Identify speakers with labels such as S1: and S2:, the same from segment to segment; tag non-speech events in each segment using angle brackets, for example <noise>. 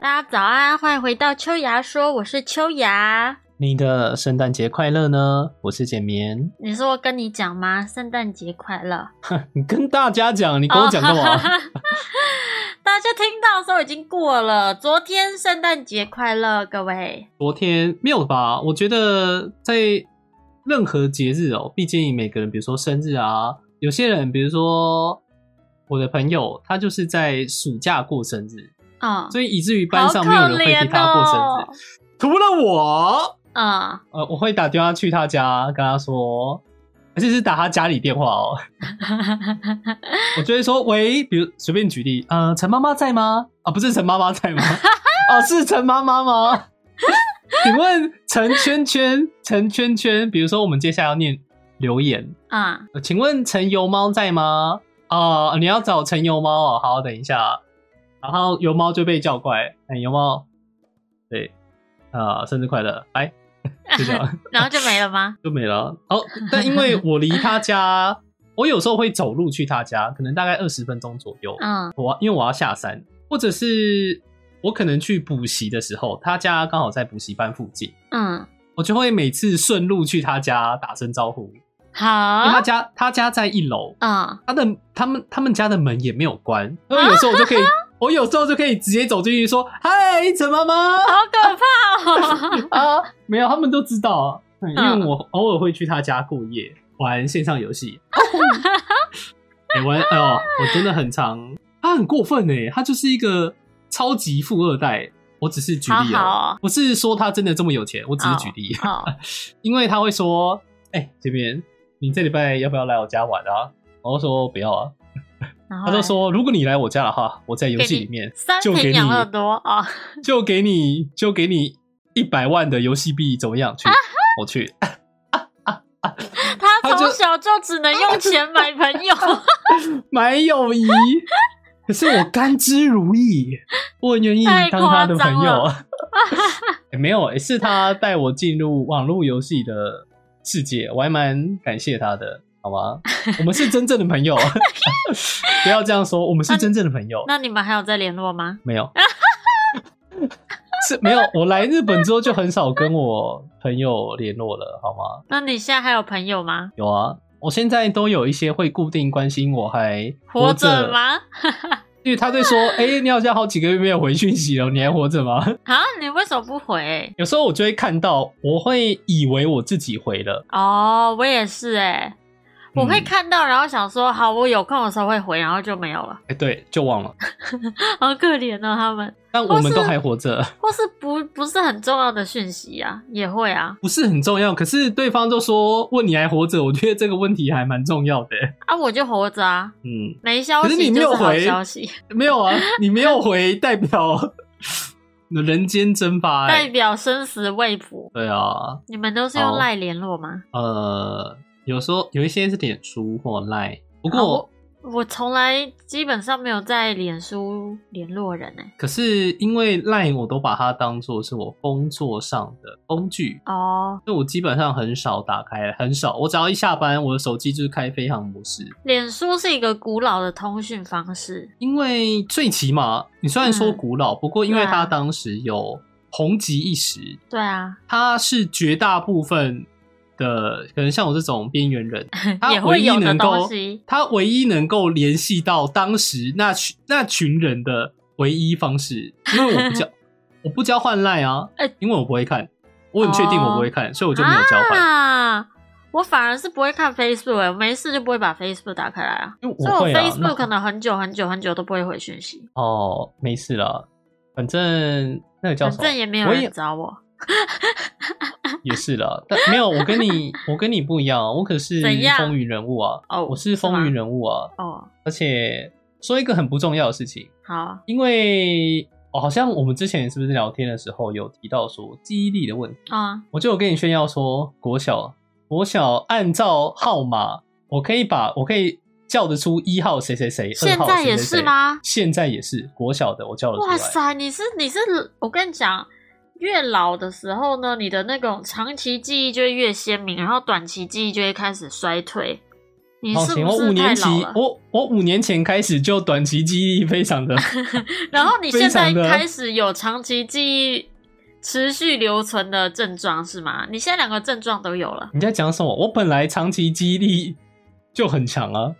S1: 大家早安，欢迎回到秋芽说，我是秋芽。
S2: 你的圣诞节快乐呢？我是简眠。
S1: 你说我跟你讲吗？圣诞节快乐！
S2: 你跟大家讲，你跟我讲干
S1: 哦
S2: 嘛
S1: <laughs> 大家听到的时候已经过了，昨天圣诞节快乐，各位。
S2: 昨天没有吧？我觉得在任何节日哦，毕竟每个人，比如说生日啊，有些人，比如说我的朋友，他就是在暑假过生日，
S1: 嗯，
S2: 所以以至于班上没有
S1: 哦
S2: 人会替他过生
S1: 好可
S2: 日，除了我。
S1: 嗯，
S2: 呃，我会打电话去他家，跟他说，而且是打他家里电话哦。我就会说，喂，比如随便举例，呃，陈妈妈在吗？啊，不是陈妈妈在吗？哦，是陈妈妈吗？ <laughs> 请问陈圈圈，陈圈圈，比如说我们接下来要念留言，
S1: 嗯，
S2: 呃请问陈油猫在吗？啊、你要找陈油猫哦。好，等一下，然后油猫就被叫过来，哎、油猫，对，啊、生日快乐，拜， <laughs> 就这样。
S1: 然后就没了吗？ <laughs>
S2: 就没了。好，但因为我离他家，我有时候会走路去他家，可能大概二十分钟左右。
S1: 嗯
S2: 我因为我要下山，或者是我可能去补习的时候，他家刚好在补习班附近，
S1: 嗯，
S2: 我就会每次顺路去他家打声招呼。因为他
S1: 好，
S2: 家他家在一楼，
S1: 嗯，
S2: 他的他们他们家的门也没有关，所以有时候我就可以，我有时候就可以直接走进去说：“嗨，陈妈妈。”
S1: 好可怕哦。
S2: 啊，没有，他们都知道啊，嗯因
S1: 嗯
S2: 为我偶尔会去他家过夜玩线上游
S1: <laughs>
S2: 戏。哎、玩哦，我真的很常，他很过分哎，他就是一个超级富二代。我只是 <laughs> 举例
S1: 好好
S2: 哦
S1: 哦，
S2: 不是说他真的这么有钱，我只是举例， <laughs>
S1: 哦，
S2: 因为他会说，哎、这边你这礼拜要不要来我家玩啊？我就说不要啊，
S1: 然后
S2: 他就
S1: 嘞
S2: 说如果你来我家的话，我在游戏里面
S1: 三
S2: 就
S1: 瓶
S2: 给你
S1: 养乐多哦，
S2: <laughs> 就给你就给你一百万的游戏币，怎么样？去，
S1: 啊
S2: 我去。
S1: 他
S2: 他就
S1: 从小就只能用钱买朋友。
S2: 没友谊，可是我甘之如饴，我很愿意
S1: 太
S2: 当他的
S1: 夸张
S2: 朋友。 <laughs>
S1: 了
S2: 欸没有、欸，是他带我进入网络游戏的世界，我还蛮感谢他的，好吗？我们是真正的朋
S1: <laughs>
S2: 友，不要这样说，我们
S1: 嗯
S2: 是真正的朋友。
S1: 那你们还有在联络吗？
S2: 没有， <laughs> 是没有。我来日本之后就很少跟我朋友联络了，好吗？
S1: 那你现在还有朋友吗？
S2: 有啊，我现在都有一些会固定关心我还
S1: 活
S2: 着
S1: 着吗？
S2: 因为他在说，哎、你好像好几个月没有回讯息了，你还活着吗？
S1: 啊，你为什么不回？
S2: 有时候我就会看到，我会以为我自己回了，
S1: 哦，我也是哎、我会
S2: 嗯
S1: 看到，然后想说好，我有空的时候会回，然后就没有了， <laughs>
S2: 哎、对，就忘了。
S1: 好可怜哦，他们。
S2: 但我们都还活着，
S1: 或是不不是很重要的讯息啊，也会啊
S2: 不是很重要。可是对方都说问你还活着，我觉得这个问题还蛮重要的。
S1: 啊，我就活着啊，
S2: 嗯，
S1: 没消
S2: 可是
S1: 息
S2: 你没
S1: 就
S2: 有
S1: 是好
S2: 回
S1: 消息，
S2: 没有啊，你没有回，代表人间蒸发、
S1: 代
S2: 哎，
S1: 表生死未卜。
S2: 对啊，
S1: 你们都是用
S2: 好
S1: 赖联络吗？
S2: 呃，有时候有一些是脸书或 Line，不
S1: 啊
S2: 过。
S1: 我我从来基本上没有在脸书联络人哎、
S2: 可是因为 Line 我都把它当做是我工作上的工具，
S1: 哦，
S2: 所以我基本上很少打开，很少。我只要一下班，我的手机就是开飞行模式，
S1: 脸书是一个古老的通讯方式。
S2: 因为最起码你虽然说
S1: 嗯
S2: 古老，不过因为
S1: 对啊
S2: 它当时有红极一时，
S1: 对啊，
S2: 它是绝大部分的可能像我这种边
S1: <laughs>
S2: 缘人，嗯它
S1: 也
S2: 唯
S1: 会
S2: 一
S1: 有的
S2: 能
S1: 东
S2: 够，
S1: 西。
S2: 它唯一能够联系到当时那群那群人的唯一方
S1: <laughs>
S2: 式，因为我不交，我不交换赖啊，
S1: 哎哦
S2: 因为我不会看，我很确定我不会看，所以我就没有交换，
S1: 啊，我反而是不会看 Facebook，、欸、我没事就不会把 Facebook 打开来啊。
S2: 因为
S1: 所以我
S2: 会啊，那
S1: Facebook 可能很久很久很久都不会回讯息，
S2: 哦，没事啦，反正那个叫
S1: 反
S2: 什么，
S1: 正也没 <laughs> 有
S2: 我
S1: 人
S2: 也
S1: 找我。
S2: 也是啦，但没有，我跟你我跟你不一样啊，我可是
S1: 怎样
S2: 风云人物啊，
S1: 哦
S2: 我是风
S1: 是
S2: 云
S1: 吗
S2: 人物啊，
S1: 哦，
S2: 而且说一个很不重要的事情。
S1: 好，
S2: 因为哦，好像我们之前是不是聊天的时候有提到说记忆力的问题？
S1: 啊、
S2: 我就有跟你炫耀说，国小国小按照号码，我可以把我可以叫得出一号谁谁谁，
S1: 现
S2: 2号
S1: 在
S2: 谁谁
S1: 也
S2: 谁
S1: 是？吗？
S2: 现在也是国小的，我叫得出来。
S1: 哇塞，你是你是，我跟你讲，越老的时候呢，你的那种长期记忆就会越鲜明，然后短期记忆就会开始衰退。你
S2: 好
S1: 是
S2: 哦行，
S1: 不
S2: 我
S1: 是
S2: 五年
S1: 太
S2: 级
S1: 老了，？
S2: 我我五年前开始就短期记忆力非
S1: <laughs>
S2: 常的
S1: 然后你
S2: 非
S1: 现在
S2: 常的
S1: 开始有长期记忆持续留存的症状是吗？你现在两个症状都有了，
S2: 你在讲什么？我本来长期记忆力就很
S1: <laughs>
S2: 强啊。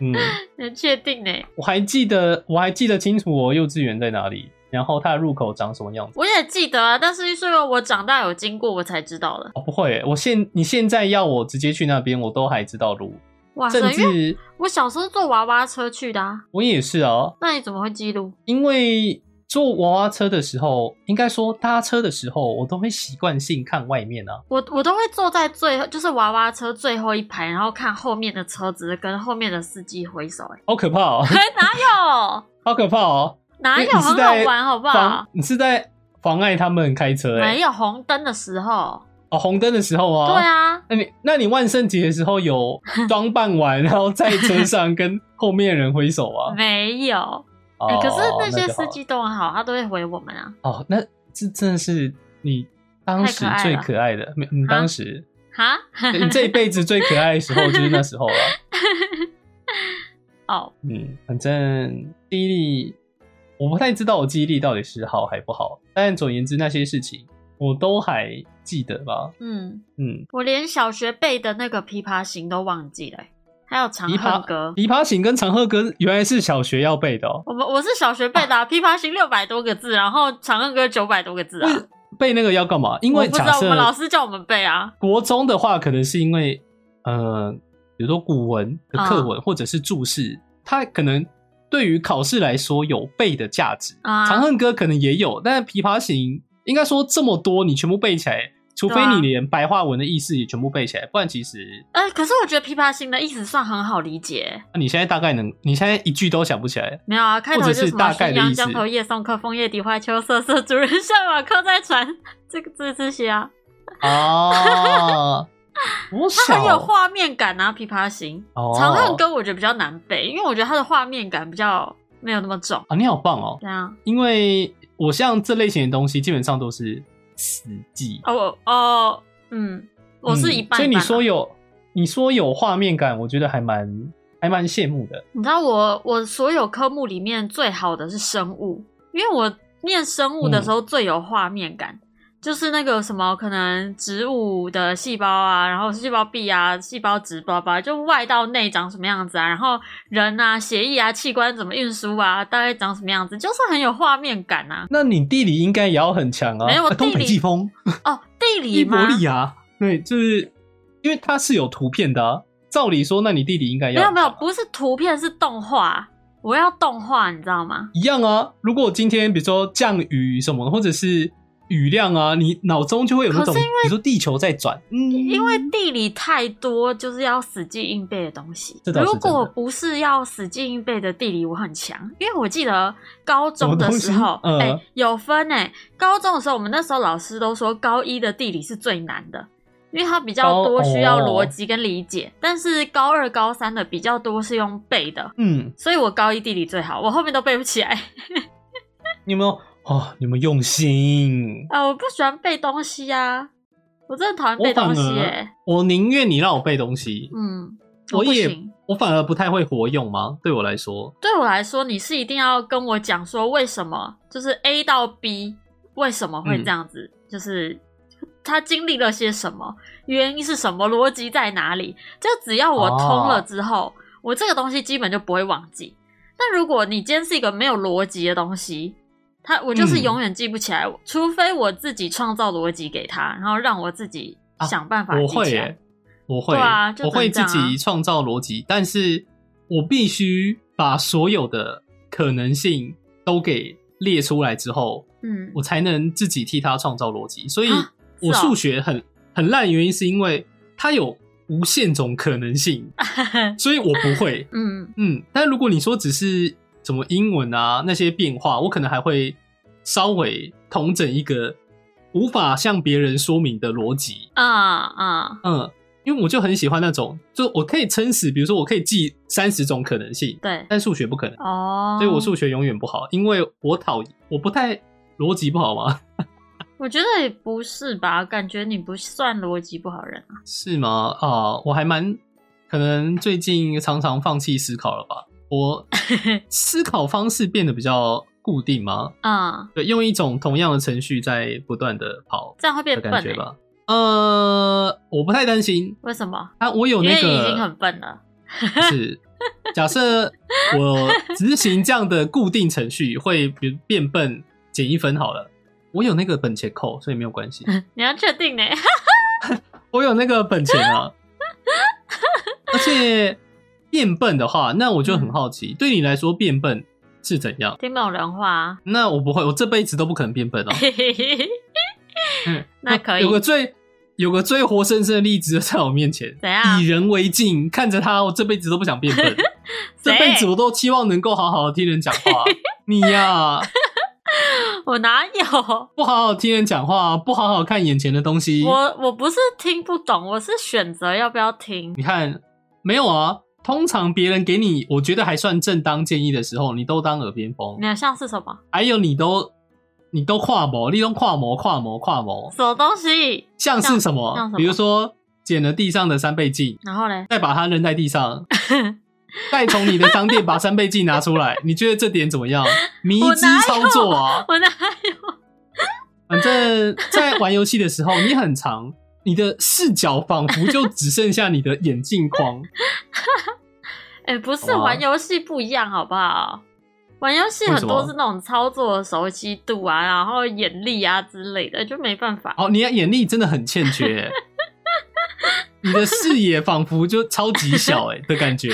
S2: 嗯，
S1: 能确定呢、
S2: 我还记得，我还记得清楚我幼稚园在哪里，然后它的入口长什么样子。
S1: 我也记得啊，但是是因为我长大有经过，我才知道的。
S2: 哦，不会耶，我现你现在要我直接去那边，我都还知道路。
S1: 哇塞，
S2: 甚
S1: 因为
S2: 至
S1: 我小时候坐娃娃车去的啊，
S2: 我也是啊，
S1: 那你怎么会记录？
S2: 因为坐娃娃车的时候，应该说搭车的时候，我都会习惯性看外面啊。
S1: 我我都会坐在最后，就是娃娃车最后一排，然后看后面的车子跟后面的司机挥手、欸。
S2: 好可怕哦，
S1: 哎、哪
S2: 好可怕哦！
S1: 有哪
S2: 因为
S1: 有
S2: 你是
S1: 很好
S2: 在
S1: 玩，好不好
S2: 妨？你是在妨碍他们开车哎、
S1: 没有红灯的时候，
S2: 哦，红灯的时候
S1: 啊
S2: 啊。
S1: 对。啊，
S2: 那你那你万圣节的时候有装扮完，然后在车上跟后面人挥手啊？
S1: 没有。
S2: 哦
S1: 哎、可是那些
S2: 就好
S1: 司机都很好，他都会回我们啊。
S2: 哦，那这真的是你当时
S1: 太可爱
S2: 最
S1: 了啊
S2: 可爱的，没你当时
S1: 哈， <laughs>
S2: 你这一辈子最可爱的时候就是那时候了。
S1: 哦，
S2: 嗯，反正记忆力，我不太知道我记忆力到底是好还不好，但总而言之那些事情我都还记得吧。
S1: 嗯，
S2: 嗯，
S1: 我连小学背的那个琵琶行都忘记了、欸还有长
S2: 琵琶
S1: 恨歌。
S2: 琵琶行跟长鹤歌原来是小学要背的哦，
S1: 我们我是小学背的、啊，琵琶行六百多个字，然后长恨歌九百多个字啊。
S2: 背那个要干嘛？因为
S1: 我不知
S2: 假
S1: 道我
S2: 设
S1: 们老师叫我们背啊。
S2: 国中的话，可能是因为呃，比如说古文的课
S1: 嗯
S2: 文、或者是注释，它可能对于考试来说有背的价值。
S1: 啊
S2: 长恨歌可能也有，但是琵琶行应该说这么多，你全部背起来，除非
S1: 对啊
S2: 你连白话文的意思也全部背起来，不然其实啊
S1: 呃，可是我觉得琵琶行的意思算很好理解。
S2: 那你现在大概能，你现在一句都想不起
S1: <laughs>
S2: 来。
S1: 没有啊，开头
S2: 或
S1: 就
S2: 者是
S1: 什么
S2: 大概
S1: 浔
S2: 的
S1: 阳
S2: 意思
S1: 江头夜送客，枫叶荻花秋，瑟瑟主人向晚客在船。这个这这些啊，
S2: 哦，我
S1: 它很有
S2: 小
S1: 画面感啊。琵琶行，
S2: 哦
S1: 长恨歌我觉得比较难背，因为我觉得它的画面感比较没有那么重。
S2: 啊，你好棒哦！
S1: 这样
S2: 因为我像这类型的东西，基本上都是死记。
S1: 哦我哦嗯，我是一半
S2: 所以
S1: 一半啊、
S2: 你说有，你说有画面感，我觉得还蛮还蛮羡慕的。
S1: 你知道我我所有科目里面最好的是生物，因为我念生物的
S2: 嗯
S1: 时候最有画面感，就是那个什么可能植物的细胞啊，然后细胞壁啊、细胞质巴巴，就外到内长什么样子啊，然后人啊、血液啊、器官怎么运输啊，大概长什么样子，就是很有画面感啊。
S2: 那你地理应该也要很强啊，
S1: 没有我
S2: 呃东
S1: 地
S2: 北
S1: 理
S2: 季风、
S1: 哦，地
S2: 伊
S1: 理
S2: 伯
S1: 吗？
S2: 利亚，啊对，就是因为它是有图片的、啊。照理说，那你地理应该要
S1: 没有没有，
S2: 很强啊
S1: 不是图片是动画，我要动画，你知道吗？
S2: 一样啊。如果今天比如说降雨什么，或者是雨量啊，你脑中就会有那种，
S1: 可是
S2: 比
S1: 因
S2: 如说地球在转，嗯，
S1: 因为地理太多，就是要死记硬背的东西
S2: 这。倒是
S1: 如
S2: 真的
S1: 果我不是要死记硬背的地理，我很强，因为我记得高中的时候，
S2: 什么东
S1: 哎、
S2: 西嗯
S1: 有分哎、高中的时候，我们那时候老师都说高一的地理是最难的，因为它比较多
S2: 高
S1: 需要
S2: 哦
S1: 逻辑跟理解。但是高二、高三的比较多是用背的，
S2: 嗯，
S1: 所以我高一地理最好，我后面都背不起来。
S2: 你有没有哦？你有没有用心？
S1: 啊、我不喜欢背东西啊，我真的讨厌
S2: 我
S1: 背
S2: 反
S1: 东西哎、
S2: 而，我宁愿你让我背东西，
S1: 嗯，
S2: 我
S1: 不
S2: 也
S1: 行。
S2: 我反而不太会活用吗？对我来说，
S1: 对我来说，你是一定要跟我讲说为什么，就是 A 到 B 为什么
S2: 嗯
S1: 会这样子，就是他经历了些什么，原因是什么，逻辑在哪里。就只要我通
S2: 哦
S1: 了之后，我这个东西基本就不会忘记。但如果你今天是一个没有逻辑的东西，它我就是
S2: 嗯
S1: 永远记不起来，除非我自己创造逻辑给他，然后让我自己
S2: 啊
S1: 想办法
S2: 我
S1: 记
S2: 会
S1: 起
S2: 耶、
S1: 来。
S2: 我会，
S1: 对啊就
S2: 我会
S1: 只
S2: 自
S1: 能这样啊
S2: 己创造逻辑，但是我必须把所有的可能性都给列出来之后，
S1: 嗯，
S2: 我才能自己替他创造逻辑。所以
S1: 啊是哦
S2: 我数学很很烂，的原因是因为它有无限种可能
S1: <laughs>
S2: 性，所以我不会。
S1: <laughs> 嗯
S2: 嗯，但如果你说只是什么英文啊那些变化，我可能还会稍微统整一个无法向别人说明的逻辑。
S1: 啊啊
S2: 嗯，因为我就很喜欢那种，就我可以撑死，比如说我可以记三十种可能性，
S1: 对
S2: 但数学不可能，
S1: 哦，
S2: 所以我数学永远不好，因为我讨我不太逻辑不好嘛， <laughs>
S1: 我觉得也不是吧，感觉你不算逻辑不好人啊。
S2: 是吗？啊、我还蛮可能最近常常放弃思考了吧？
S1: <laughs>
S2: 我思考方式变得比较固定吗？
S1: 嗯，
S2: 对，用一种同样的程序在不断的跑
S1: 这样会变
S2: 的
S1: 笨、
S2: 感觉
S1: 欸。
S2: 吧。呃，我不太担心
S1: 为什么？
S2: 啊，我有
S1: 因为
S2: 那
S1: 你已经
S2: 个
S1: 很笨了。
S2: 是假设我执行这样的固定程序会比如变笨减一分好了，我有那个本钱扣，所以没有关系。
S1: 你要确定呢、 <laughs>
S2: 我有那个本钱啊。而且变笨的话，那我就
S1: 嗯
S2: 很好奇，对你来说变笨是怎样？
S1: 听不懂人话、啊。
S2: 那我不会，我这辈子都不可能变笨哦。嗯
S1: 哎那可以
S2: 有个最有个最活生生的例子就在我面前，
S1: 怎样
S2: 以人为镜，看着他，我这辈子都不想
S1: <laughs>
S2: 变笨，这辈子我都期望能够好好地听人讲
S1: <laughs>
S2: 话。你呀、
S1: 我哪有？
S2: 不好好听人讲话，啊不好好看眼前的东西，
S1: 我我不是听不懂，我是选择要不要听。
S2: 你看，没有啊。通常别人给你我觉得还算正当建议的时候，你都当耳边风
S1: 你，的像是什么
S2: 还有你都你都跨模，利用跨模跨模跨模，
S1: 什么东西？
S2: 像是什
S1: 像
S2: 么？
S1: 什么
S2: 比如说捡了地上的三倍镜，
S1: 然后嘞， <laughs>
S2: 再把它扔在地上，再从你的商店把三倍镜拿出
S1: <laughs>
S2: 来，你觉得这点怎么样？迷之操作啊！
S1: 我哪有？
S2: 反正，在玩游戏的时候，你很长，你的视角仿佛就只剩下你的眼镜框。
S1: 哎、不是
S2: 好啊吧
S1: 玩游戏不一样，好不好？玩游戏
S2: 为
S1: 很
S2: 什么
S1: 多是那种操作熟悉度啊，然后眼力啊之类的，就没办法。
S2: 哦，你的眼力真的很欠缺
S1: <laughs>
S2: 欸，你的视野仿佛就超级小哎的感觉。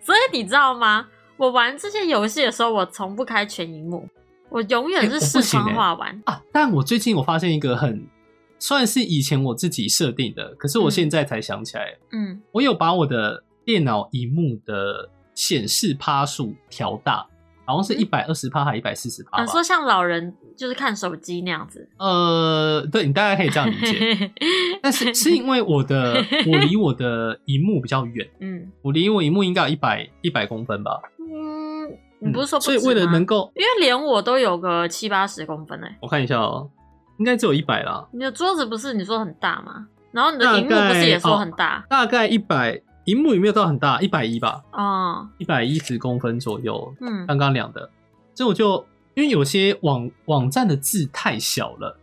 S1: 所以你知道吗？我玩这些游戏的时候，我从不开全荧幕，我永远
S2: 哎
S1: 是
S2: 我
S1: 视
S2: 不行
S1: 窗
S2: 哎
S1: 化玩。
S2: 啊，但我最近我发现一个很算是以前我自己设定的，可是我
S1: 嗯
S2: 现在才想起来，
S1: 嗯，
S2: 我有把我的电脑荧幕的显示趴数调大，好像是
S1: 嗯
S2: 一百二十趴还一百四十趴
S1: 啊，
S2: 吧。
S1: 说像老人就是看手机那样子。
S2: 呃，对你大概可以这样理
S1: <laughs>
S2: 解。但是是因为我的我离我的荧幕比较远，
S1: 嗯
S2: 我离我荧幕应该有一百一百公分吧。
S1: 嗯，你不是说
S2: 嗯
S1: 不、
S2: 所以为了能，够
S1: 因为连我都有个七八十公分哎、
S2: 我看一下哦，应该只有一百啦，
S1: 你的桌子不是你说很大吗？然后你的
S2: 大
S1: 荧幕不
S2: 概
S1: 是也说
S2: 哦
S1: 很大？
S2: 大概一百，荧幕也没有到很大，一百一吧，
S1: 哦，
S2: 一百一十公分左右，
S1: 嗯
S2: 刚刚量的。所以我就因为有些网网站的字太小了，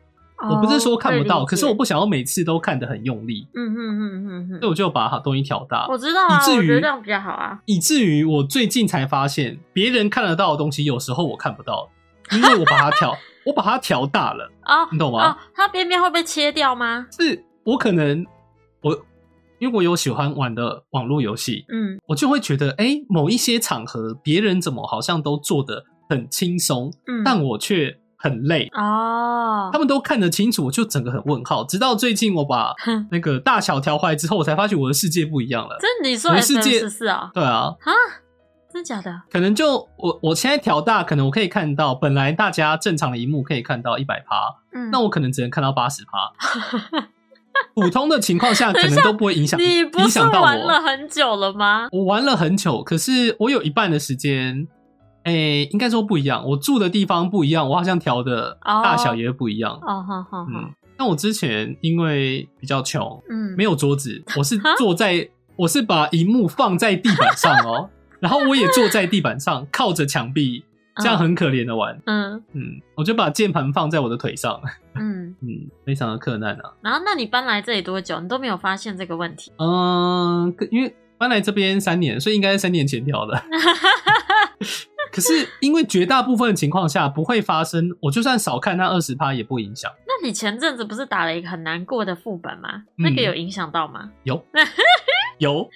S2: 我不是说看不到，可是我，
S1: 哦
S2: 不想要每次都看得很用力，
S1: 可以理解嗯嗯嗯嗯
S2: 所
S1: 嗯，
S2: 以我就把它东西调大，
S1: 我知道啊，
S2: 以
S1: 我
S2: 至
S1: 觉得
S2: 于
S1: 这样比较好啊。
S2: 以至于我最近才发现，别人看得到的东西，有时候我看不到，因为我把它调， <laughs> 我把它调大了，
S1: 哦
S2: 你懂吗？
S1: 哦，它边边会被切掉吗？
S2: 啊是我可能我因为我有喜欢玩的网络游戏，
S1: 嗯
S2: 我就会觉得，哎、某一些场合别人怎么好像都做得很轻松，
S1: 嗯，
S2: 但我却很累。
S1: 哦，
S2: 他们都看得清楚，我就整个很问号。直到最近我把
S1: <laughs>
S2: 那个大小调回来之后，我才发觉我的世界不一
S1: <laughs>
S2: 样了。
S1: 这你说
S2: 我
S1: S
S2: 世
S1: M
S2: 界
S1: 十四啊？
S2: 对啊，
S1: 啊，真假的？
S2: 可能就我我现在调大，可能我可以看到，本来大家正常的荧幕可以看到一百趴，
S1: 嗯，
S2: 那我可能只能看到八十
S1: <laughs>
S2: 趴。普通的情况下，可能都不会影响
S1: 你不
S2: 影
S1: 是
S2: 响到我。
S1: 玩了很久了吗？
S2: 我玩了很久，可是我有一半的时间，诶、应该说不一样，我住的地方不一样，我好像调的
S1: 哦
S2: 大小也不一样。
S1: 哦，好好好
S2: 嗯，，那我之前因为比较穷，
S1: 嗯，
S2: 没
S1: 有，
S2: 有
S1: <laughs>
S2: 桌子，我是坐在，我是把荧幕放在地板上
S1: <laughs>
S2: 哦，然后我也坐在地板上，靠着墙壁，这样很可怜的玩。
S1: 嗯
S2: 嗯，我就把键盘放在我的腿上，
S1: 嗯。
S2: 嗯，非常的困难啊。
S1: 然后，那你搬来这里多久？你都没有发现这个问题？
S2: 嗯，可因为搬来这边三年，所以应该是三年前调的。可是因为绝大部分的情况下不会发生，我就算少看那二十趴也不影响。
S1: 那你前阵子不是打了一个很难过的副本吗？
S2: 嗯
S1: 那个有影响到吗？
S2: 有有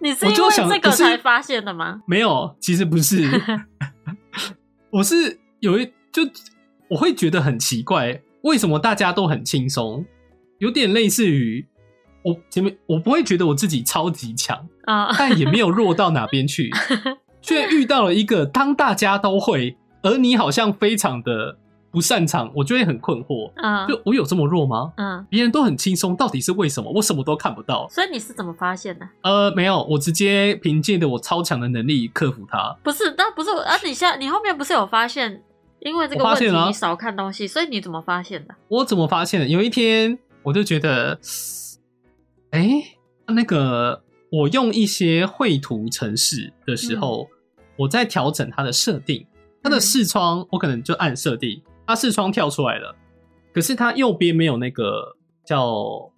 S1: 你是
S2: 我
S1: 因
S2: 就想
S1: 为这个
S2: 可是
S1: 才发现的吗？
S2: 没有？其实不是，我是有一就我会觉得很奇怪，为什么大家都很轻松，有点类似于我前面我不会觉得我自己超级强，
S1: 啊、
S2: <laughs> 但也没有弱到哪边去，却遇到了一个当大家都会，而你好像非常的不擅长，我就会很困惑，
S1: 嗯
S2: 就我有这么弱吗？
S1: 嗯，
S2: 别人都很轻松，到底是为什么？我什么都看不到。
S1: 所以你是怎么发现的？
S2: 呃，没有，我直接凭借着我超强的能力克服它。
S1: 不是，那不是我啊！你现在你后面不是有发现，因为这个
S2: 我
S1: 问
S2: 发
S1: 题
S2: 现了啊
S1: 你少看东西，所以你怎么发现的？
S2: 我怎么发现的？有一天我就觉得，哎、那个我用一些绘图程式的时候，
S1: 嗯
S2: 我在调整它的设定，它的视窗我可能就按设定，它视窗跳出来了，可是它右边没有那个叫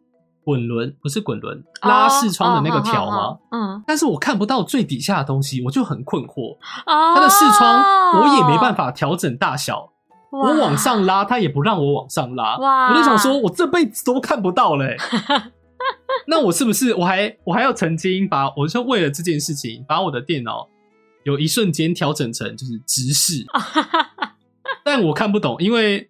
S2: 滚轮，不是滚轮拉视窗的那个条吗？
S1: 哦？哦哦
S2: 但是我看不到最底下的东西，我就很困惑。
S1: 哦嗯，哦
S2: 它的视窗我也没办
S1: 法，
S2: 法调整大小，
S1: 我
S2: 我往上拉，它也不让我往上拉。
S1: 哇
S2: 我就想说，我这辈子都看不
S1: <laughs>
S2: 到嘞、那我是不是我还我还要曾经把我就为了这件事情，把我的电脑有一瞬间调整成就是直
S1: <laughs>
S2: 视，但我看不懂，因为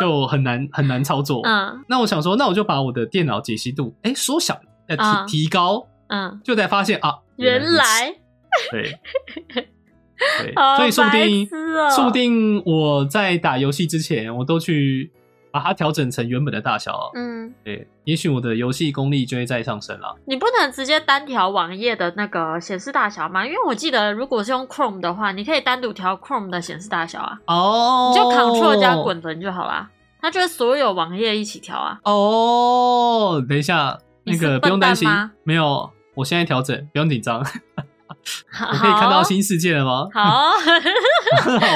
S2: 就很难很难操作。
S1: 嗯
S2: 那我想说，那我就把我的电脑解析度哎、缩小，呃提、
S1: 嗯
S2: 提高，
S1: 嗯，
S2: 就才发现啊，
S1: 原
S2: 如此
S1: 来 <laughs>
S2: 对，对，
S1: 好
S2: 所以说不
S1: 哦
S2: 定
S1: 白痴哦
S2: 说不定我在打游戏之前，我都去把它调整成原本的大小啊。
S1: 嗯，
S2: 对，也许我的游戏功力就会再上升了。
S1: 你不能直接单调网页的那个显示大小吗？因为我记得如果是用 Chrome 的话，你可以单独调 Chrome 的显示大小啊，
S2: 哦
S1: 你就 Ctrl 加滚轮就好啦。它就是所有网页一起调啊。
S2: 哦。等一下，
S1: 你
S2: 那
S1: 是
S2: 个不用担心
S1: 笨蛋吗，
S2: 没有，我现在调整，不用紧
S1: <laughs>
S2: 张。我
S1: 我
S2: 可以看到新世界了吗？
S1: 好，
S2: 好 <laughs>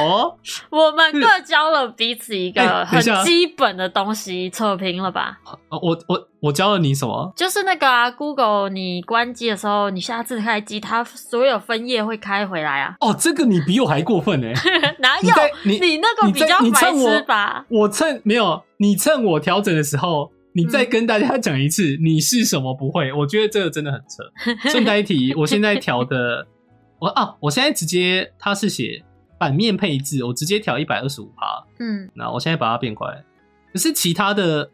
S2: 哦，
S1: 我们各教了彼此一
S2: <laughs> 哎
S1: 个
S2: 等
S1: 很
S2: 一下
S1: 基本的东西，测评了吧？
S2: 哦我我我教了你什么？
S1: 就是那个啊，Google 你关机的时候，你下次开机，它所有分页会开回来啊。 <laughs>
S2: 哦，这个你比我还过分呢、欸
S1: 哪
S2: 你
S1: 有？
S2: 在你
S1: 你那个
S2: 你
S1: 比
S2: 在
S1: 较
S2: 你
S1: 白
S2: 趁我
S1: 痴吧？
S2: 我趁没有你趁我调整的时候，你再跟大家讲
S1: <laughs>
S2: 一次你是什么不会，我觉得这个真的很扯。顺带一提，我现在调的我啊，我现在直接它是写版面配置，我直接调一百二十五趴，
S1: 嗯，
S2: 那我现在把它变快，可是其他的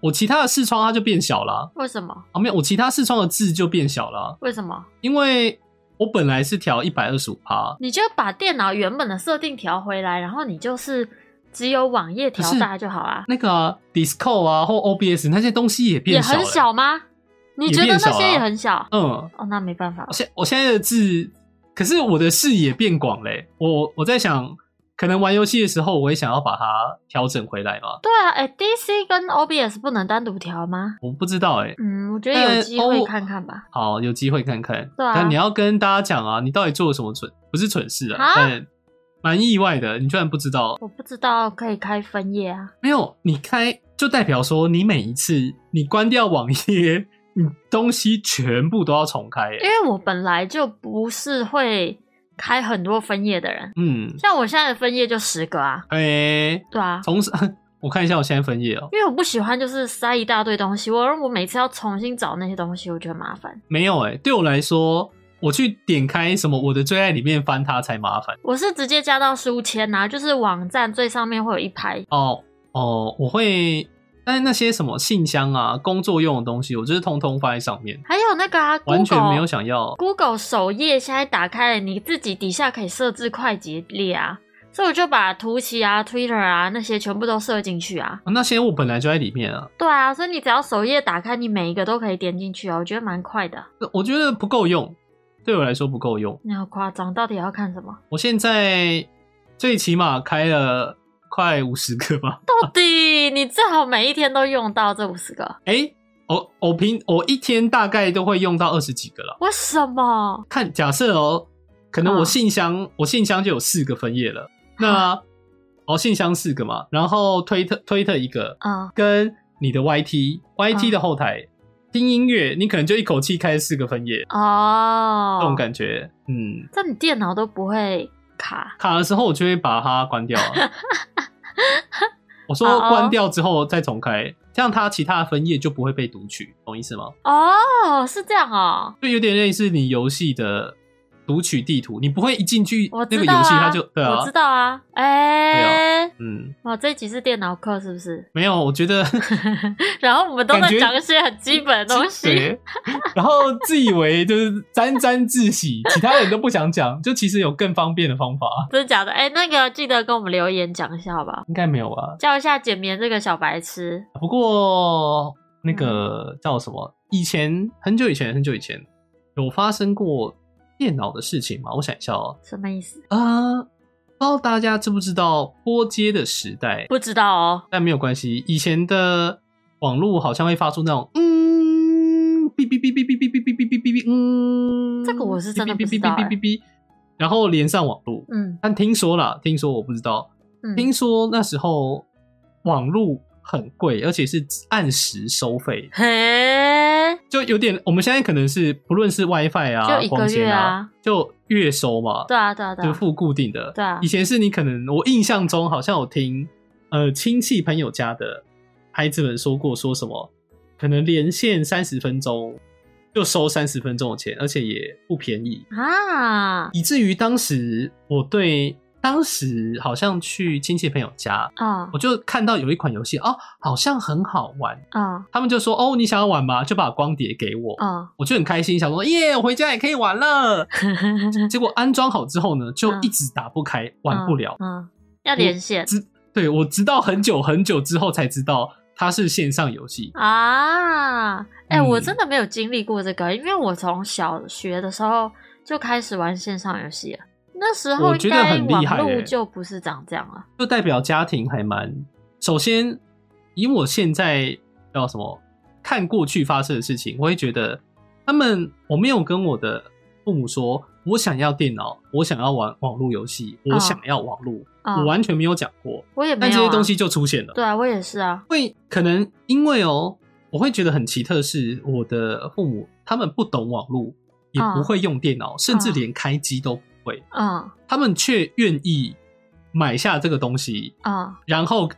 S2: 我其他的视窗它就变小了
S1: 为什么？
S2: 啊，没有我其他视窗的字就变小了，
S1: 为什么？
S2: 因为我本来是调一百二十五趴，
S1: 你就把电脑原本的设定调回来，然后你就是只有网页调大就好啊，
S2: 那个、啊、Discord 啊或 OBS 那些东西也
S1: 也
S2: 变小了，欸
S1: 很小吗？你
S2: 也
S1: 觉得
S2: 变
S1: 那
S2: 小
S1: 些也
S2: 啊
S1: 很小？
S2: 嗯。
S1: 哦，那没办法
S2: 我，现我现在的字，可是我的视野变广嘞、欸我我在想，可能玩游戏的时候，我也想要把它调整回来嘛。
S1: 对啊，哎，DC 跟 OBS 不能单独调吗？
S2: 我不知道哎、
S1: 嗯，我觉
S2: 呃
S1: 得有机会
S2: 哦
S1: 看看吧。
S2: 好，有机会看看。
S1: 对啊
S2: 但你要跟大家讲啊，你到底做了什么蠢，不是蠢事啊
S1: 啊，
S2: 但蛮意外的，你居然不知道。
S1: 我不知道可以开分页啊，
S2: 没有，你开就代表说你每一次你关掉网页， <laughs> 你东西全部都要重开、
S1: 因
S2: 欸。
S1: 为我本来就不是会开很多分页的人，
S2: 嗯，
S1: 像我现在的分页就十个啊，
S2: 哎、
S1: 对啊，
S2: 从 <laughs> 我看一下我现在分页哦、
S1: 因为我不喜欢就是塞一大堆东西，我我每次要重新找那些东西，我觉得麻烦。
S2: 没有哎、对我来说，我去点开什么我的最爱里面翻它才麻烦
S1: 我是直接加到书签呐、就是网站最上面会有一排。
S2: 哦哦，我会，但是那些什么信箱啊、工作用的东西，我就是通通放在上面，
S1: 还有那个啊
S2: 完全没有
S1: ，Google
S2: 想要
S1: Google 首页现在打开了，你自己底下可以设置快捷列啊，所以我就把图奇啊、Twitter 啊那些全部都设进去啊。
S2: 哦那些，我本来就在里面啊，
S1: 对啊，所以你只要首页打开，你每一个都可以点进去啊，我觉得蛮快的。
S2: 我觉得不够用，对我来说不够用。
S1: 你好夸张，到底要看什么？
S2: 我现在最起码开了快五十个吧，
S1: 到底你最好每一天都用到这五十个，
S2: 哎、我我平我一天大概都会用到二十几个了。
S1: 为什么？
S2: 看假设哦，可能我
S1: 嗯
S2: 信箱、我信箱就有四个分页了，那、哦信箱四个嘛，然后推特推特一个，
S1: 嗯，
S2: 跟你的 YT YT 的后台、听音乐，你可能就一口气开四个分页，
S1: 哦，
S2: 这种感觉，嗯，
S1: 这你电脑都不会卡，
S2: 卡的时候我就会把它关掉、啊。
S1: <laughs>
S2: 我说
S1: 哦哦
S2: 关掉之后再重开，这样它其他的分页就不会被读取，懂意思吗？
S1: 哦，是这样哦，
S2: 就有点类似你游戏的读取地图，你不会一进去
S1: 我
S2: 那
S1: 知
S2: 个游
S1: 道啊，
S2: 戏它就对啊，
S1: 我知道啊，哎、
S2: 嗯，
S1: 哇，这一集是电脑课是不是？
S2: 没有，我觉得
S1: 然后我们都在
S2: 感觉
S1: 讲一些很基本的东西，
S2: 对，然后自以为就是沾沾自喜，其他人都不想讲，就其实有更方便的方法，
S1: 真的假的？哎、那个记得跟我们留言讲一下好不好？
S2: 应该没有吧？
S1: 叫一下简棉这个小白痴，
S2: 不过那
S1: 嗯
S2: 个叫什么，以前很久以前，很久以前有发生过电脑的事情吗？我想一下哦，
S1: 什么意思？
S2: 呃，不知道大家知不知道波接的时代，
S1: 不知道哦，
S2: 但没有关系，以前的网络好像会发出那种嗯。哔哔哔哔哔哔哔哔哔哔哔哔嗯，
S1: 这个我是真的不知道欸
S2: 哔哔哔哔哔哔哔，然后连上网络，
S1: 嗯
S2: 但听说啦，听说我不知道，
S1: 嗯，
S2: 听说那时候网络很贵，而且是按时收费，
S1: 嘿，
S2: 就有点我们现在可能是不论是 WiFi 啊、
S1: 就一
S2: 光
S1: 个
S2: 纤
S1: 月
S2: 啊，
S1: 啊，
S2: 就月收嘛，
S1: 对啊对啊对
S2: 就
S1: 啊，
S2: 付固定的。
S1: 对啊
S2: 以前是你可能我印象中好像有听呃亲戚朋友家的孩子们说过，说什么可能连线三十分钟就收三十分钟的钱，而且也不便宜。
S1: 啊
S2: 以至于当时我对当时好像去亲戚朋友家，
S1: 啊
S2: 我就看到有一款游戏哦，好像很好玩，
S1: 啊
S2: 他们就说哦，你想要玩吗？就把光碟给我，
S1: 啊，
S2: 我就很开心，想说耶，我回家也可以玩了。
S1: 嗯
S2: 结果安装好之后呢，就
S1: 嗯
S2: 一直打不开，玩不了。
S1: <laughs> 嗯，要连线
S2: 直对我直到很久很久之后才知道它是线上游戏，
S1: 啊，哎、
S2: 嗯
S1: 我真的没有经历过这个，因为我从小学的时候就开始玩线上游戏了。那时候
S2: 我觉
S1: 应
S2: 得
S1: 该
S2: 很厉害
S1: 网络
S2: 欸
S1: 就不是长这样了，
S2: 就代表家庭还蛮……首先，以我现在叫什么看过去发生的事情，我会觉得他们我没有跟我的父母说我想要电脑，我想要玩网络游戏，我
S1: 嗯
S2: 想要网络，
S1: 啊、
S2: 我完全没有讲过，
S1: 我也没
S2: 但
S1: 有、啊、
S2: 这些东，西就出现了。
S1: 对啊，我也是啊，
S2: 会可能因为哦，我会觉得很奇特，是我的父母他们不懂网络，也
S1: 嗯
S2: 不会用电脑，甚至
S1: 嗯
S2: 连开机都不会，
S1: 嗯
S2: 他们却愿意买下这个东西，
S1: 嗯，
S2: 然后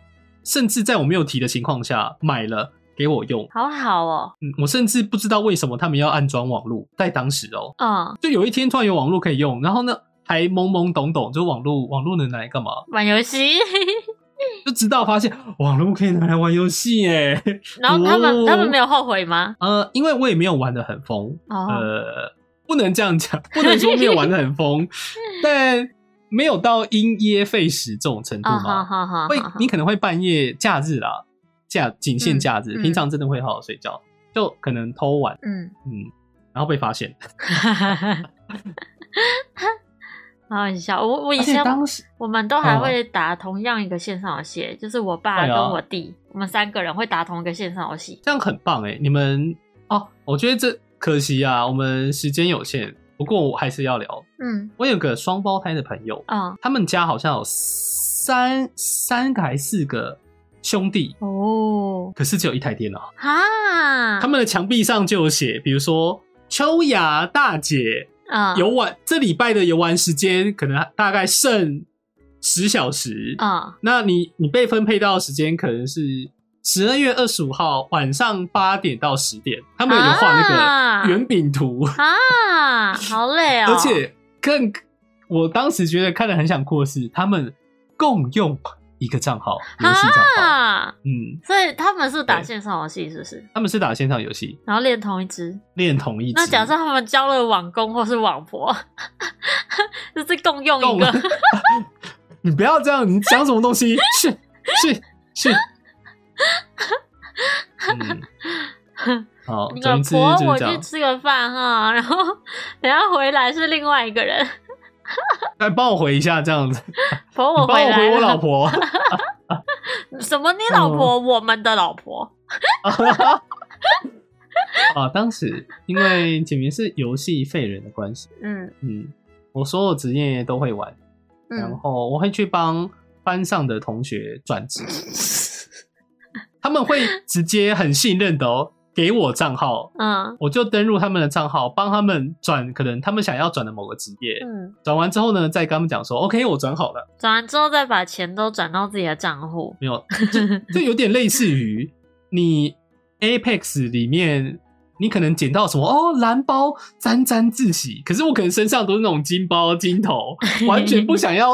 S2: 甚至在我没有提的情况下买了给我用。
S1: 好好哦，
S2: 嗯，我甚至不知道为什么他们要安装网络，在当时哦，
S1: 嗯，
S2: 就有一天突然有网络可以用，然后呢还懵懵懂懂，就网络网络能拿来干嘛？
S1: 玩游戏， <laughs>
S2: 就直到发现网络可以拿来玩游戏耶。
S1: <laughs> 然后他们、
S2: 哦
S1: 他们没有后悔吗？
S2: 呃，因为我也没有玩的很疯，
S1: 哦，
S2: 呃，不能这样讲，
S1: <laughs>
S2: 不能说没有玩的很疯，但没有到因噎废食这种程度
S1: <laughs> 啊好
S2: 嘛。
S1: 好好，
S2: 会
S1: 好，好
S2: 你可能会半夜假日啦，假仅限假日，
S1: 嗯嗯
S2: 平常真的会好好睡觉，就可能偷玩，
S1: 嗯， <laughs>
S2: 嗯，然后被发现。
S1: 好好笑，我我以
S2: 而且
S1: 前
S2: 当时
S1: 我们都还
S2: 哦
S1: 会打同样一个线上游戏，就是我爸
S2: 对
S1: 跟
S2: 啊
S1: 我弟，我们三个人会打同一个线上游戏。
S2: 这样很棒哎、你们哦，我觉得这可惜啊，我们时间有限，不过我还是要聊。
S1: 嗯
S2: 我有个双胞胎的朋友，
S1: 啊、
S2: 他们家好像有三三个还四个兄弟，
S1: 哦
S2: 可是只有一台电
S1: 啊
S2: 脑。
S1: 哈，
S2: 他们的墙壁上就有写，比如说秋雅大姐
S1: 啊
S2: 游玩、这礼拜的游玩时间可能大概剩十小时，
S1: 啊
S2: 那你你被分配到的时间可能是。十二月二十五号晚上八点到十点，他们有画那
S1: 啊
S2: 个圆饼图，
S1: 啊，好累哦，
S2: 而且更我当时觉得看了很想哭的是，他们共用一个账号，游戏账号，
S1: 啊，
S2: 嗯，
S1: 所以他们是打
S2: 对
S1: 线上游戏是不是？
S2: 他们是打线上游戏，
S1: 然后练同一只。
S2: 练同一支
S1: 那假设他们交了网公或是网婆， <laughs> 就是共用一
S2: 共
S1: 个，
S2: <laughs> 你不要这样，你讲什么东
S1: <laughs>
S2: 西？是是是，嗯，好，
S1: 你
S2: 总
S1: 老
S2: 之
S1: 婆
S2: 就
S1: 我
S2: 是这
S1: 去
S2: 样。
S1: 吃个饭哈，然后等下回来是另外一个人，
S2: 来帮我回一下，这样子，你
S1: 婆 <laughs> 我
S2: 帮
S1: 回
S2: 我
S1: 来
S2: 回
S1: 了
S2: 我
S1: <laughs>
S2: 老婆。 <laughs> 嗯
S1: 什么？你老婆？我们的老婆？
S2: 啊，当时因为简明是游戏废人的关系，
S1: 嗯
S2: 嗯，我所有职业都会玩，然
S1: 嗯，
S2: 后我会去帮班上的同学转职，他们会直接很信任的哦，给我账号，
S1: 嗯
S2: 我就登录他们的账号，帮他们转，可能他们想要转的某个职业，
S1: 嗯，
S2: 转完之后呢，再跟他们讲说，OK，我转好了，
S1: 转完之后再把钱都转到自己的账户。
S2: 没有，
S1: <laughs>
S2: 就有点类似于你 Apex 里面，你可能捡到什么哦，蓝包沾沾自喜，可是我可能身上都是那种金包金头，完全不想要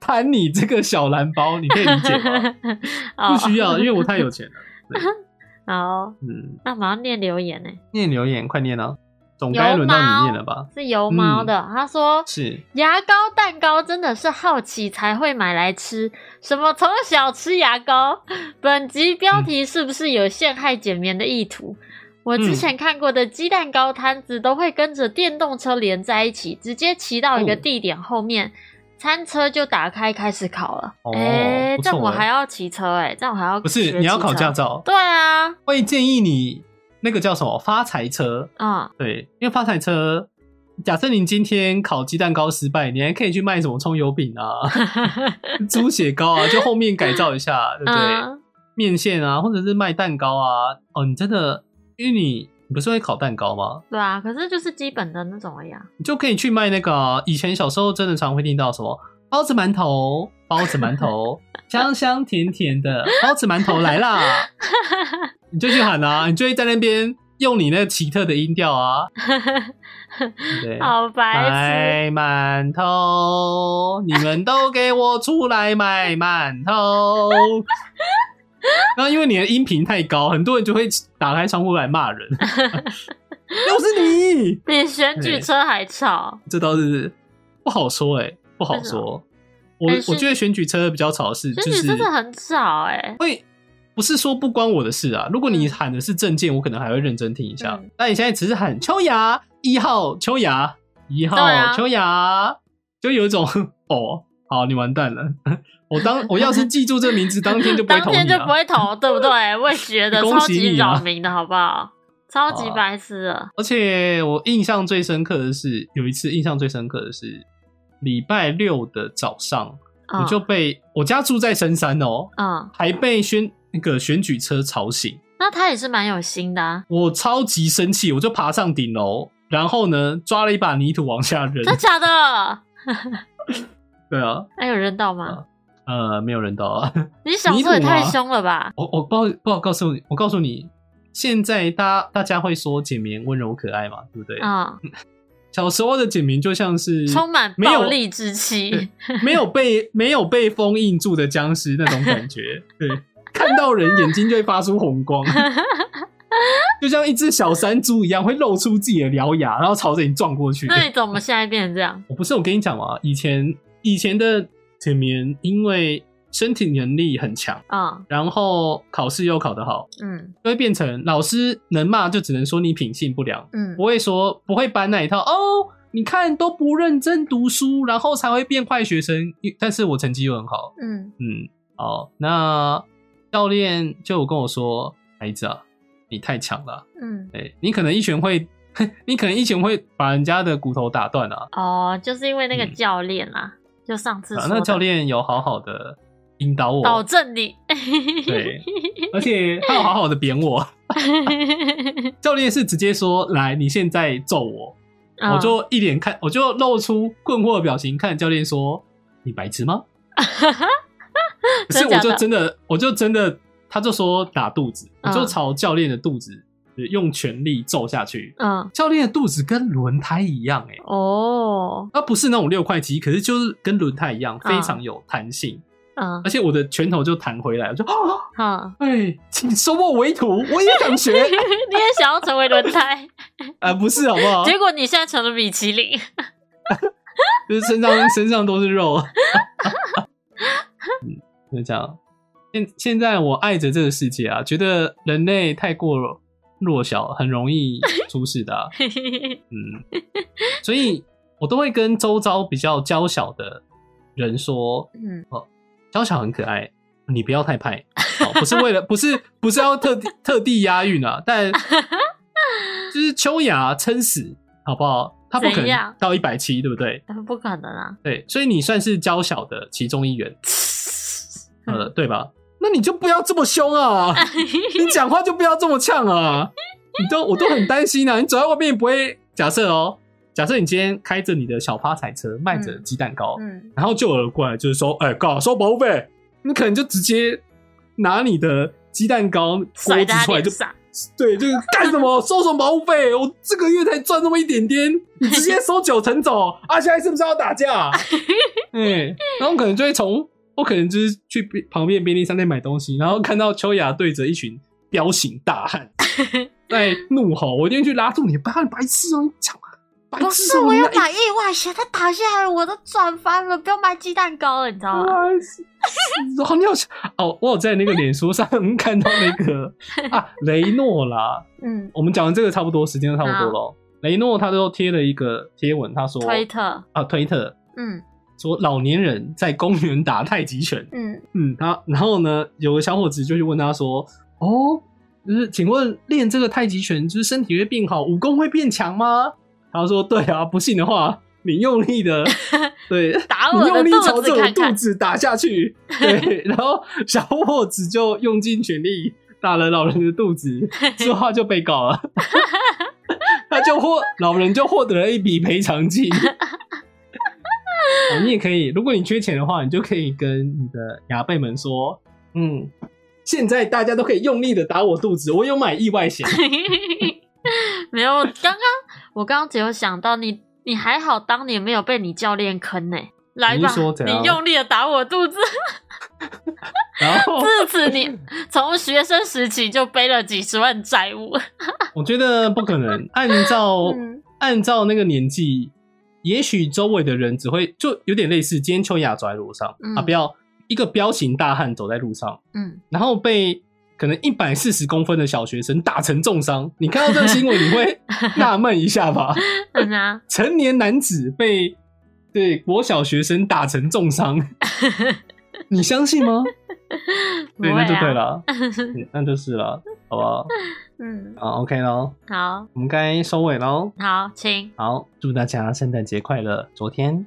S2: 贪你这个小蓝包，你可以理解吗？
S1: <laughs> 哦
S2: 不需要，因为我太有钱了。
S1: 好，
S2: 嗯，
S1: 那我们要念留言呢，
S2: 念留言，快念啊，总该轮到你念了吧？
S1: 是油猫的，他说。
S2: 是。
S1: 牙膏蛋糕真的是好奇才会买来吃，什么从小吃牙膏？ <laughs> 本集标题是不是有陷害简棉的意图？我之前看过的鸡蛋糕摊子都会跟着电动车连在一起，直接骑到一个
S2: 哦
S1: 地点后面，餐车就打开开始烤了。
S2: 哦
S1: 诶
S2: 不
S1: 这样
S2: 错
S1: 我
S2: 诶
S1: 还要骑车哎、这样我还要
S2: 不
S1: 学
S2: 是
S1: 骑
S2: 你要考
S1: 车
S2: 驾？照，
S1: 对啊，
S2: 会建议你那个叫什么发财车，
S1: 嗯，
S2: 对，因为发财车，假设你今天烤鸡蛋糕失败，你还可以去卖什么葱油饼啊、猪血糕啊，就后面改造一下，对不对？
S1: 嗯，
S2: 面线啊，或者是卖蛋糕啊。哦，你真的，因为你你不是会烤蛋糕吗？
S1: 对啊，可是就是基本的那种而已啊。
S2: 你就可以去卖那个啊、以前小时候真的常会听到什么包子馒头，包子馒头，香香甜甜的包子馒头来啦！你就去喊啊，你就会在那边用你那奇特的音调啊，对不对？
S1: 好白痴，
S2: 买馒头，你们都给我出来买馒头。然后因为你的音频太高，很多人就会打开窗户来骂人。又是你，
S1: 比选举车还吵。
S2: 这倒是不好说哎、不好说。我
S1: 哦但是
S2: 我觉得选举车比较吵的是，
S1: 选
S2: 就
S1: 举
S2: 是
S1: 真的很吵哎、
S2: 会不是说不关我的事啊。如果你
S1: 嗯
S2: 喊的是证件，我可能还会认真听一下
S1: 嗯。
S2: 但你现在只是喊秋雅一号，秋雅一号，
S1: 对啊
S2: 秋雅，就有一种哦，好，你完蛋了。我当我要是记住这名字，当天就不
S1: <laughs>
S2: 会
S1: 当
S2: 投
S1: 天
S2: 你
S1: 就不
S2: 啊。
S1: 会投，对不对？我也觉得
S2: <laughs> 恭
S1: 超
S2: 喜
S1: 级
S2: 你啊
S1: 扰民的好不好？超级
S2: 好啊
S1: 白痴的，
S2: 而且我印象最深刻的是，有一次印象最深刻的是礼拜六的早上，
S1: 嗯
S2: 我就被我家住在深山哦，
S1: 嗯，
S2: 还被选那个选举车吵醒。
S1: 那他也是蛮有心的、啊，
S2: 我超级生气，我就爬上顶楼，然后呢，抓了一把泥土往下扔。
S1: 真假的？
S2: 对啊，
S1: 还有扔到吗？
S2: 呃，没有人到啊。 <laughs>
S1: 你小时候也
S2: 泥土啊吗
S1: 太凶了吧？
S2: 我我不知道不好告诉你，我告诉你，现在大大家会说简棉温柔可爱嘛，对不对？
S1: 嗯，
S2: 小时候的简棉就像是
S1: 充满
S2: 没有
S1: 暴力之气
S2: <laughs> 对，没有被 <laughs> 没有被封印住的僵尸那种感觉，对，看到人眼睛就会发出红光。就像一只小山猪一样，会露出自己的獠牙，然后朝着你撞过去。
S1: 那你怎么现在变成这样？
S2: 我不是有跟你讲吗？以前以前的铁棉，因为身体能力很强，
S1: 嗯
S2: 然后考试又考得好，
S1: 嗯
S2: 就会变成老师能骂就只能说你品性不良，
S1: 嗯
S2: 不，会说不会搬那一套哦。你看都不认真读书，然后才会变坏学生。但是我成绩又很好，
S1: 嗯
S2: 嗯，好，那教练就有跟我说，孩子啊，你太强了，
S1: 嗯，
S2: 哎、你可能一拳会， <laughs> 你可能一拳会把人家的骨头打断啊。
S1: 哦，就是因为那个
S2: 嗯
S1: 教练啦，就上次
S2: 啊
S1: 说，
S2: 那
S1: 的
S2: 教练有好好的引导我，
S1: 保证你， <laughs>
S2: 对，而且他有好好的扁我。 <laughs> 教练是直接说：“来，你现在揍我。我
S1: 嗯
S2: 就一脸看，我就露出困惑的表情，看教练说：“你白痴
S1: <laughs>
S2: 吗？”可是
S1: 真
S2: 我
S1: 假
S2: 就
S1: 的
S2: 真的，我就真的，他就说打肚子，我
S1: 嗯
S2: 就朝教练的肚子就是用全力揍下去。
S1: 嗯
S2: 教练的肚子跟轮胎一样、欸，
S1: 哦
S2: 它不是那种六块肌，可是就是跟轮胎一样，非
S1: 嗯
S2: 常有弹性。
S1: 嗯
S2: 而且我的拳头就弹回来，我就 <gasps> 啊，
S1: 哼，
S2: 哎，请收我为徒，我也想
S1: <laughs>
S2: 学
S1: 你也想要成为轮胎，
S2: 啊、不是好不好？
S1: 结果你现在成了米其林，
S2: 就是身上 <laughs> 身上都是肉，嗯，就这样。现现在我爱着这个世界啊，觉得人类太过弱小，很容易出事的啊、嗯，所以我都会跟周遭比较娇小的人说，哦
S1: 嗯
S2: 娇小很可爱，你不要太派。哦，不是为了，不是不是要特地特地押韵啊，
S1: <laughs>
S2: 但就是秋雅撑死，好不好？她不可
S1: 怎
S2: 能
S1: 样
S2: 到一百七，对不对？
S1: <laughs> 不可能 <laughs> 啊，
S2: 对，所以你算是娇小的其中一员，呃，对吧？那你就不要这么
S1: <laughs>
S2: 凶啊，你讲话就不要这么呛啊，你都我都很担心啊，你走在外面也不会假设哦，假设你今天开着你的小发财车，卖着
S1: 嗯
S2: 鸡蛋糕，
S1: 嗯
S2: 然后就有人过来就是说，哎、告收保护费，你可能就直接拿你的鸡蛋糕锅
S1: 甩
S2: 子
S1: 在他
S2: 出来
S1: 脸
S2: 就
S1: 上，<laughs>
S2: 对，就是干什么收什么保护费，我这个月才赚那么一点点，你直接收九成走，
S1: <laughs>
S2: 啊，现在是不是要打架、啊？嗯，然后可能就会从我可能就是去便旁边便利商店买东西，然后看到秋雅对着一群彪形
S1: <laughs>
S2: 大汉在怒吼，我一定去拉住你，不要你白痴哦、你讲白
S1: 不
S2: 痴
S1: 是
S2: 哦、
S1: 我
S2: 你
S1: 要
S2: 哪一
S1: 买意外险，他打下来我都赚翻了，不要买鸡蛋糕了，你知道吗？
S2: 然后你有哦，我有在那个脸书上看到那个啊雷诺啦，
S1: 嗯，
S2: 我们讲完这个差不多，时间都差不多了哦。雷诺他都贴了一个贴文，他说
S1: 推特，
S2: 啊推特
S1: 嗯
S2: 说老年人在公园打太极拳，
S1: 嗯
S2: 嗯，他然后呢有个小伙子就去问他说，哦，就是请问练这个太极拳，就是身体会变好，武功会变强吗？他说对啊，不信的话，你用力的，对，
S1: 打啊
S2: 你
S1: 我的
S2: 用力
S1: 肚
S2: 朝着
S1: 子 <laughs>
S2: 我
S1: 看
S2: 肚
S1: 看，
S2: 子打下去，对，然后小伙子就用尽全力打了老人的肚子，之后他就被告
S1: <laughs>
S2: 了，他就获老人就获得了一笔赔偿金。
S1: <laughs>
S2: 啊你也可以，如果你缺钱的话，你就可以跟你的牙贝们说，嗯，现在大家都可以用力的打我肚子，我有买意外险，
S1: 没有，刚刚我刚刚只有想到你，你还好，当年没有被你教练坑呢、来
S2: 你
S1: 吧
S2: 是说，怎
S1: 你
S2: 样
S1: 用力的打我肚子，
S2: 然
S1: <laughs>
S2: 后
S1: 自此
S2: <laughs>
S1: 你从学生时期就背了几十万债务。
S2: 我觉得不可能。按照、
S1: 啊嗯
S2: 按照那个年纪，也许周围的人只会就有点类似，今天秋雅走在路上、
S1: 嗯
S2: 啊，不要一个彪形大汉走在路上，
S1: 嗯，
S2: 然后被可能一百四十公分的小学生打成重伤。你看到这个新闻，你会纳闷一
S1: <laughs>
S2: 下吧？
S1: 嗯啊，
S2: 成年男子被对国小学生打成重伤，你相
S1: <laughs>
S2: 信吗？
S1: 不
S2: <laughs> 对，
S1: 会
S2: 那就对
S1: 啊。
S2: 了，嗯那就是了，好不好？
S1: 嗯，
S2: 啊，OK 喽，
S1: 好
S2: 我们该收尾喽。
S1: 好，请
S2: 好，祝大家圣诞节快乐！昨天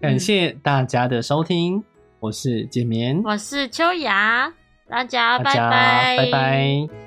S2: 感谢大家的收听，我是简眠，
S1: 我是秋雅，大家
S2: 大家拜拜